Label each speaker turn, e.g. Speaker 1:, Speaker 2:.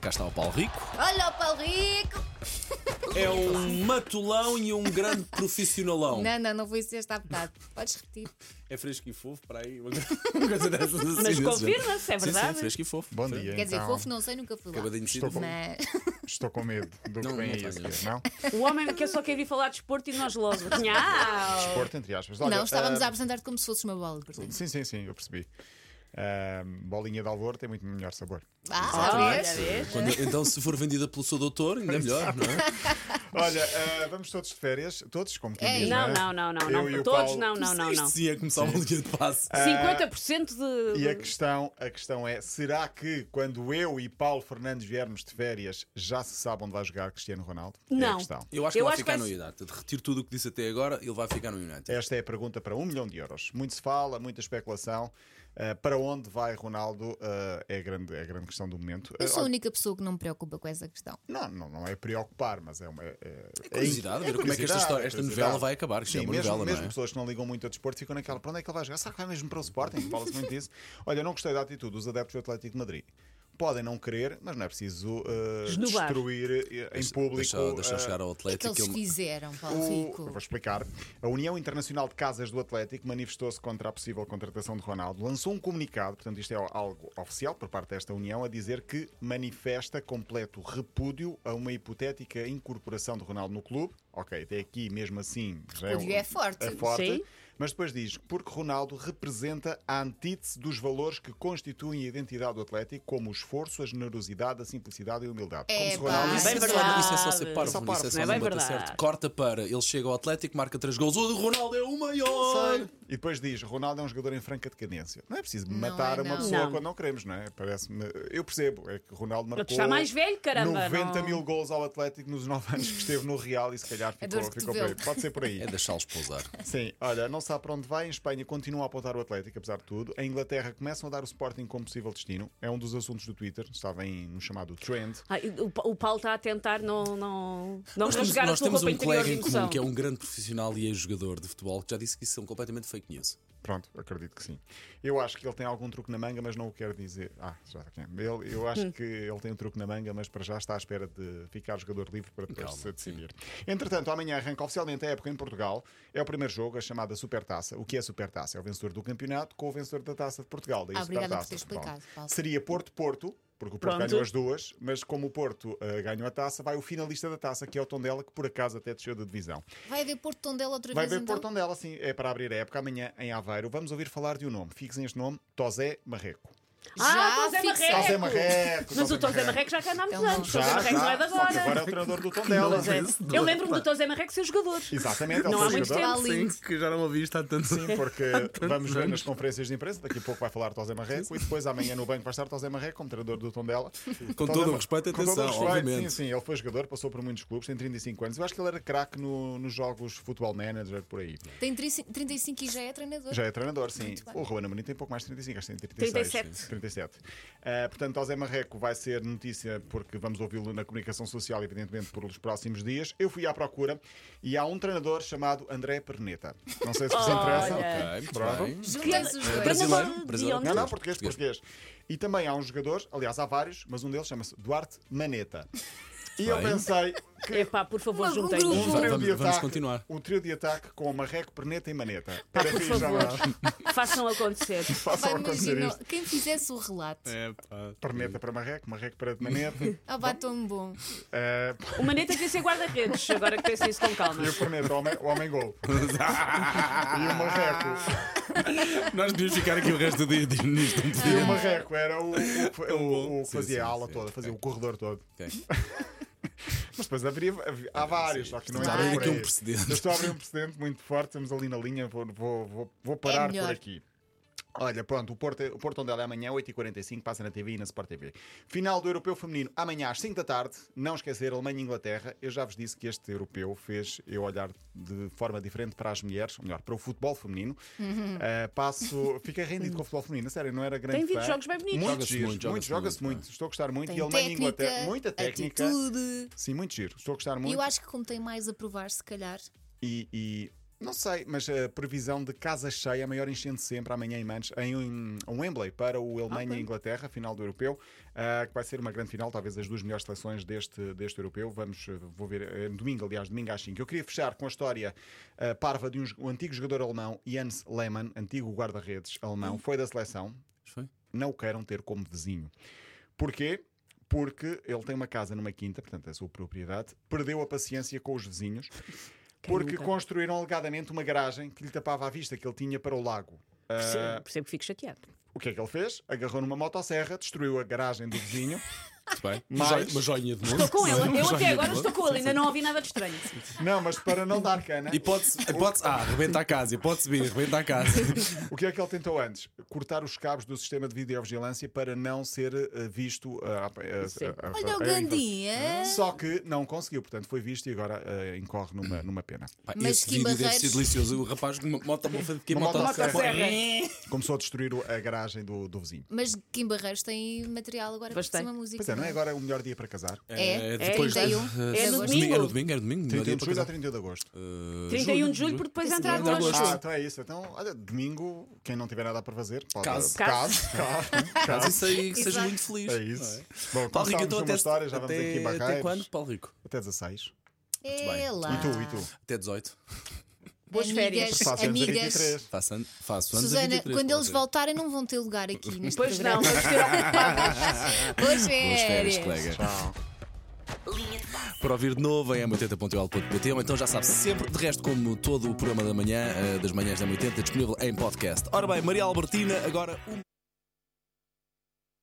Speaker 1: Cá está o Paulo Rico.
Speaker 2: Olha o Paulo Rico!
Speaker 3: É um matulão e um grande profissionalão.
Speaker 2: Não, não, não vou dizer esta metade. Podes repetir.
Speaker 3: É fresco e fofo, para aí, uma coisa dessas assim.
Speaker 4: Mas
Speaker 3: desse género.
Speaker 4: confirma-se, é
Speaker 3: Sim, sim,
Speaker 4: verdade.
Speaker 3: fresco e fofo.
Speaker 5: Bom
Speaker 3: Sim.
Speaker 5: dia.
Speaker 2: Quer dizer,
Speaker 5: então.
Speaker 2: fofo não sei, nunca fui lá.
Speaker 3: Acabadinho de
Speaker 5: Estou
Speaker 3: ser
Speaker 5: com-
Speaker 2: Mas
Speaker 5: Estou com medo do
Speaker 3: Não,
Speaker 5: que vem
Speaker 3: não
Speaker 5: aí a
Speaker 3: faz
Speaker 5: seguir,
Speaker 3: isso.
Speaker 5: não?
Speaker 4: O homem que só quer vir falar de desporto e nós logo. Nhau!
Speaker 5: Porto, entre aspas. Olha,
Speaker 2: não, estávamos a
Speaker 5: ah,
Speaker 2: apresentar-te como se fosses uma bola. portanto.
Speaker 5: Sim, sim, sim, eu percebi. Ah, bolinha de alvor tem muito melhor sabor.
Speaker 2: Ah,
Speaker 4: Olha,
Speaker 2: vês?
Speaker 4: vês?
Speaker 3: Quando- então, se for vendida pelo seu doutor, ainda melhor, não é?
Speaker 5: Olha, ah, vamos todos de férias. Todos, como quem
Speaker 2: Ei.
Speaker 5: diz,
Speaker 4: Não,
Speaker 5: é?
Speaker 4: não, não, não,
Speaker 5: Eu e
Speaker 4: não.
Speaker 5: o
Speaker 4: Todos
Speaker 5: Paulo-
Speaker 4: não, não, não, não.
Speaker 3: Isto sim é começar uma linha de passe.
Speaker 4: 50% de.
Speaker 5: E é a questão, a questão é: será que quando eu e Paulo Fernandes viermos de férias já se sabe onde vai jogar Cristiano Ronaldo? É a
Speaker 4: Não.
Speaker 5: questão.
Speaker 3: Eu acho que ele
Speaker 4: Eu
Speaker 3: vai
Speaker 4: acho que
Speaker 3: ficar no
Speaker 4: vai-
Speaker 3: United. Retiro tudo o que disse até agora, ele vai ficar no United.
Speaker 5: Esta é a pergunta para um milhão de euros. Muito se fala, muita especulação. Ah, para onde vai Ronaldo? Ah, é, a grande, é a grande questão do momento.
Speaker 2: Eu
Speaker 5: Ah,
Speaker 2: sou a
Speaker 5: olha,
Speaker 2: única pessoa que não me preocupa com essa questão.
Speaker 5: Não, não, não é preocupar, mas é uma. É, é
Speaker 3: curiosidade, ver como é que esta história- esta
Speaker 5: curiosidade.
Speaker 3: novela vai acabar, que
Speaker 5: Sim,
Speaker 3: é uma
Speaker 5: mesmo,
Speaker 3: novela, não
Speaker 5: mesmo
Speaker 3: é?
Speaker 5: pessoas que não ligam muito a desporto ficam naquela. Para onde é que ele vai jogar? Será que vai mesmo para o Sporting? Fala-se muito disso. Olha, eu não gostei da atitude dos adeptos do Atlético de Madrid. Podem não querer, mas não é preciso eh,
Speaker 4: Esnobar.
Speaker 5: destruir eh, em público.
Speaker 3: Deixa, deixa eu
Speaker 5: eh,
Speaker 3: chegar ao
Speaker 2: O que
Speaker 3: Atlético.
Speaker 2: eles
Speaker 3: ele-
Speaker 2: fizeram, Paulo
Speaker 5: o- eu
Speaker 2: Rico?
Speaker 5: Vou explicar. A União Internacional de Casas do Atlético manifestou-se contra a possível contratação de Ronaldo. Lançou um comunicado, portanto, isto é algo oficial por parte desta União, a dizer que manifesta completo repúdio a uma hipotética incorporação de Ronaldo no clube. Ok, até aqui, mesmo assim, já
Speaker 2: Repúdio é forte.
Speaker 5: É forte.
Speaker 4: Sim.
Speaker 5: Mas depois diz, porque Ronaldo representa a antítese dos valores que constituem a identidade do Atlético, como o esforço, a generosidade, a simplicidade e a humildade. como se
Speaker 2: Epá,
Speaker 5: Ronaldo
Speaker 3: Isso,
Speaker 4: Bem
Speaker 3: é só,
Speaker 4: verdade.
Speaker 3: isso é só ser parvo,
Speaker 5: Só
Speaker 3: isso
Speaker 5: parvo,
Speaker 3: é só
Speaker 4: não é?
Speaker 3: não
Speaker 4: Bem
Speaker 3: bater
Speaker 4: verdade.
Speaker 3: certo. Corta para, ele chega ao Atlético, marca três gols. O Ronaldo é o maior!
Speaker 5: E depois diz: Ronaldo é um jogador em franca decadência. Não é preciso matar
Speaker 2: é,
Speaker 5: uma
Speaker 2: não.
Speaker 5: pessoa
Speaker 4: Não.
Speaker 5: quando não queremos, não é? Parece-me. Eu percebo, é que Ronaldo marcou.
Speaker 4: está mais velho, caramba,
Speaker 5: 90
Speaker 4: não-
Speaker 5: mil gols ao Atlético nos 9 anos que esteve no Real e se calhar ficou,
Speaker 2: É dor de
Speaker 5: ficou por
Speaker 2: cotovelo.
Speaker 5: aí. Pode ser por aí.
Speaker 3: É deixá-los pousar.
Speaker 5: Sim, olha, não sabe para onde vai. Em Espanha continua a apontar o Atlético, apesar de tudo. A Inglaterra começam a dar o Sporting como possível destino. É um dos assuntos do Twitter. Estava em, no chamado Trend.
Speaker 4: Ai, o, Pa- o Paulo está a tentar não, não, não
Speaker 3: Nós temos,
Speaker 4: rasgar
Speaker 3: nós
Speaker 4: a sua
Speaker 3: temos
Speaker 4: roupa
Speaker 3: um
Speaker 4: interior
Speaker 3: colega
Speaker 4: de
Speaker 3: em comum
Speaker 4: emoção.
Speaker 3: que é um grande profissional e ex-jogador de futebol que já disse que isso são completamente fake news.
Speaker 5: Pronto, acredito que sim. Eu acho que ele tem algum truque na manga, mas não o quero dizer. Ah, já está aqui. Ele, eu
Speaker 2: Hum.
Speaker 5: acho que ele tem um truque na manga, mas para já está à espera de ficar jogador livre para depois
Speaker 3: Calma,
Speaker 5: se decidir. Entretanto, amanhã arranca oficialmente a época em Portugal. É o primeiro jogo, a chamada Supertaça. O que é Supertaça? É o vencedor do campeonato com o vencedor da Taça de Portugal. Daí
Speaker 2: Ah, obrigada por
Speaker 5: Supertaça.
Speaker 2: ter explicado,
Speaker 5: Bom,
Speaker 2: Paulo.
Speaker 5: Seria Porto-Porto. Porque o Porto
Speaker 4: Pronto.
Speaker 5: ganhou as duas, mas como o Porto eh, ganhou a taça, vai o finalista da taça, que é o Tondela, que por acaso até desceu da divisão.
Speaker 2: Vai haver Porto Tondela outra
Speaker 5: Vai
Speaker 2: vez
Speaker 5: ver
Speaker 2: então?
Speaker 5: Porto Tondela, sim, é para abrir a época amanhã em Aveiro. Vamos ouvir falar de um nome. Fixem este nome: Tosé Marreco.
Speaker 4: Ah,
Speaker 2: Já
Speaker 4: Tosé
Speaker 2: fixei.
Speaker 4: Marreco.
Speaker 5: Tosé Marreco.
Speaker 4: Mas o Tosé Marreco já cá anda há muitos
Speaker 2: Ele não-
Speaker 4: anos.
Speaker 5: Já,
Speaker 4: Tosé Marreco
Speaker 5: já,
Speaker 4: não é de
Speaker 5: só que agora é
Speaker 4: agora.
Speaker 5: o treinador do Tondela.
Speaker 4: Pois é. Eu lembro-me do Tosé Marreco ser jogador.
Speaker 5: Exatamente, ele
Speaker 4: Não
Speaker 5: foi
Speaker 4: há muito
Speaker 5: jogador.
Speaker 2: Está lindo.
Speaker 3: que já não ouvi isto há tanto tempo.
Speaker 5: Porque vamos ver nas conferências de imprensa, daqui a pouco vai falar Tosé Marreco e depois amanhã no banco vai estar Tosé Marreco como treinador do Tondela.
Speaker 3: Com
Speaker 5: Tosé
Speaker 3: todo o
Speaker 5: Mar-
Speaker 3: respeito,
Speaker 5: com todo o
Speaker 3: atenção,
Speaker 5: respeito,
Speaker 3: obviamente.
Speaker 5: Sim, sim, ele foi jogador, passou por muitos clubes, tem 35 anos. Eu acho que ele era craque no- nos jogos Futebol Manager, por aí.
Speaker 2: Tem 35 35 e já é treinador.
Speaker 5: Já é treinador, sim.
Speaker 2: bem.
Speaker 5: O Ruben Amorim tem pouco mais de 35, acho que tem 36.
Speaker 4: 37.
Speaker 5: 37. Ah, portanto, José Marreco vai ser notícia porque vamos ouvi-lo na comunicação social, evidentemente, por os próximos dias. Eu fui à procura e há um treinador chamado André Perneta. Não sei se vos interessa.
Speaker 3: Ok, muito
Speaker 5: Pronto.
Speaker 3: bem.
Speaker 2: Juntas
Speaker 5: É
Speaker 2: os dois.
Speaker 4: de
Speaker 3: Brasileiro? Brasileiro?
Speaker 4: onde?
Speaker 5: Não, não, português, português. E também há uns jogadores, aliás, há vários, mas um deles chama-se Duarte Maneta. E eu
Speaker 3: Bem.
Speaker 5: pensei que é.
Speaker 4: Epá, por favor,
Speaker 2: Mas um
Speaker 4: juntem
Speaker 2: grupo.
Speaker 5: um trio
Speaker 3: Vamos-
Speaker 5: de
Speaker 3: vamos
Speaker 5: ataque,
Speaker 3: continuar.
Speaker 5: Um trio de ataque com Marreco, Perneta e Maneta. Para
Speaker 4: por
Speaker 5: fim, já
Speaker 4: favor.
Speaker 5: não-
Speaker 4: Façam acontecer.
Speaker 2: Pá,
Speaker 5: Façam acontecer
Speaker 2: imagina,
Speaker 5: isto.
Speaker 2: quem fizesse o relato.
Speaker 3: É, pá.
Speaker 5: Perneta para Marreco, Marreco para Maneta.
Speaker 2: Ah, pá, tão bom.
Speaker 5: Eh,
Speaker 4: O Maneta devia ser guarda-redes, agora que pensem isso com calma.
Speaker 5: e o Perneta, o homem, o homem gol. e o Marreco.
Speaker 3: Nós devíamos ficar aqui o resto do dia nisto. não
Speaker 5: E o
Speaker 3: podíamos.
Speaker 5: Marreco era o, o,
Speaker 3: Tão bom.
Speaker 5: o- o que
Speaker 3: Sim,
Speaker 5: fazia a
Speaker 3: sim,
Speaker 5: ala
Speaker 3: sim.
Speaker 5: toda, fazia o corredor todo.
Speaker 3: Ok.
Speaker 5: Mas depois haveria, havia- há vários, só que não é
Speaker 3: Está
Speaker 2: a abrir
Speaker 5: por
Speaker 3: aqui um
Speaker 5: aí.
Speaker 3: precedente.
Speaker 5: Eu estou a abrir um precedente muito forte, estamos ali na linha, vou, vou, vou, vou parar por
Speaker 2: melhor.
Speaker 5: aqui. Olha, pronto, o Porto, o Porto onde ela é amanhã, 8h45, passa na TV e na Sport TV. Final do Europeu Feminino, amanhã às 5 da tarde. Não esquecer, Alemanha e Inglaterra. Eu já vos disse que este Europeu fez eu olhar de forma diferente para as mulheres, ou melhor, para o futebol feminino. Ah, passo, fiquei rendido com o futebol feminino, a sério, não era grande
Speaker 4: Tem havido
Speaker 5: fã.
Speaker 4: jogos bem bonitos.
Speaker 5: Muitos
Speaker 3: Joga-se
Speaker 5: giros,
Speaker 3: muito, joga-se
Speaker 5: muitos,
Speaker 3: muito,
Speaker 5: joga-se
Speaker 3: é.
Speaker 5: muito. Estou a gostar muito.
Speaker 2: Tem
Speaker 5: e Alemanha e
Speaker 2: técnica,
Speaker 5: Inglaterra, muita técnica.
Speaker 2: atitude.
Speaker 5: Sim, muito giro. Estou a gostar
Speaker 2: E
Speaker 5: muito.
Speaker 2: eu acho que como tem mais a provar, se calhar.
Speaker 5: E, e Não sei, mas a previsão de casa cheia, é a maior enchente sempre amanhã em, Manch em, em Wembley para o Alemanha e Inglaterra, final do europeu, ah, que vai ser uma grande final, talvez as duas melhores seleções deste, deste europeu. Vamos, eh, vou ver, eh, domingo, aliás, domingo às 5. Eu queria fechar com a história ah, parva de um, jo- um antigo jogador alemão, Jens Lehmann, antigo guarda-redes alemão, foi da seleção,
Speaker 3: Foi?
Speaker 5: não o queiram ter como vizinho. Porquê? Porque ele tem uma casa numa quinta, portanto é a sua propriedade, perdeu a paciência com os vizinhos, porque
Speaker 4: nunca?
Speaker 5: construíram alegadamente uma garagem que lhe tapava a vista que ele tinha para o lago. Ah,
Speaker 4: Percebo, percebo é que fico chateado.
Speaker 5: o que é que ele fez? Agarrou numa motosserra, destruiu a garagem do vizinho,
Speaker 3: Muito bem.
Speaker 5: Mas-
Speaker 3: Uma, jo uma joinha de é? mundo.
Speaker 4: Estou com ela,
Speaker 3: Uma
Speaker 4: eu até
Speaker 3: joinha
Speaker 4: agora
Speaker 3: de
Speaker 4: estou
Speaker 3: mundo.
Speaker 4: com ela, ainda não ouvi nada de estranho.
Speaker 5: não, mas para não dar cana.
Speaker 4: Tipo-
Speaker 3: Hipótese, hipótese A, ah, rebenta a casa. Hipótese B, rebenta a casa.
Speaker 5: O que é que ele tentou antes? Cortar os cabos do sistema de videovigilância para não ser eh, visto. ah, ah, ah,
Speaker 4: Sim.
Speaker 5: ah,
Speaker 2: Olha o
Speaker 5: ah,
Speaker 2: Gandia.
Speaker 5: Só que não conseguiu, portanto foi visto e agora eh, incorre
Speaker 4: Hum.
Speaker 5: numa, numa pena.
Speaker 3: Pá,
Speaker 2: Mas
Speaker 3: esse
Speaker 2: que
Speaker 3: vídeo deve
Speaker 2: barreiros.
Speaker 3: ser delicioso. O rapaz com uma moto, uma de que é
Speaker 5: Uma
Speaker 3: moto
Speaker 5: motosserra. Começou a destruir o- a garagem do, do vizinho.
Speaker 2: Mas Kim Barreiros tem material agora para
Speaker 4: Pois tem.
Speaker 2: fazer uma música.
Speaker 5: Pois é, não é agora o melhor dia para casar?
Speaker 2: É, é
Speaker 3: depois de-
Speaker 2: 31.
Speaker 3: eh,
Speaker 4: É no
Speaker 3: domingo,
Speaker 4: domingo.
Speaker 3: É no domingo, é no domingo. não é dia
Speaker 5: 31 de
Speaker 3: para
Speaker 5: julho a
Speaker 3: casar.
Speaker 5: 31 de agosto.
Speaker 4: 31 de julho, porque depois
Speaker 2: Esse
Speaker 4: entra
Speaker 2: dia entra
Speaker 4: agosto.
Speaker 5: Ah, então é isso. Então, olha, domingo, quem não tiver nada para fazer, pode.
Speaker 3: Case.
Speaker 5: Case. Case.
Speaker 3: Caso isso aí que seja
Speaker 2: Exato.
Speaker 3: muito feliz.
Speaker 5: É isso.
Speaker 3: não é?
Speaker 5: Bom,
Speaker 3: Paulo Rico,
Speaker 5: começámos
Speaker 3: então
Speaker 5: uma
Speaker 3: até,
Speaker 5: história, já vamos
Speaker 3: até,
Speaker 5: aqui
Speaker 3: até
Speaker 5: barreiros.
Speaker 3: quando, Paulo Rico?
Speaker 5: Até 16.
Speaker 2: É lá.
Speaker 5: E tu, e tu?
Speaker 3: Até 18.
Speaker 4: Boas
Speaker 3: Ah,
Speaker 4: férias.
Speaker 5: Faço anos a
Speaker 2: Amigas.
Speaker 5: 23.
Speaker 3: Faço, an faço anos a
Speaker 2: Susana,
Speaker 3: 23,
Speaker 2: quando
Speaker 3: Paulo
Speaker 2: eles
Speaker 3: Rico.
Speaker 2: voltarem, não vão ter lugar aqui neste
Speaker 4: Pois
Speaker 2: programa.
Speaker 4: não, vamos ter ocupadas.
Speaker 2: Boas
Speaker 3: Boas férias,
Speaker 2: férias.
Speaker 3: colega.
Speaker 5: Tchau.
Speaker 1: Linha de passe.
Speaker 3: Para ouvir de novo em m80.ol.pt ou então já sabe sempre, de resto, como todo o programa da manhã, eh, das manhãs da M80, disponível em podcast. Ora bem, Maria Albertina, agora um.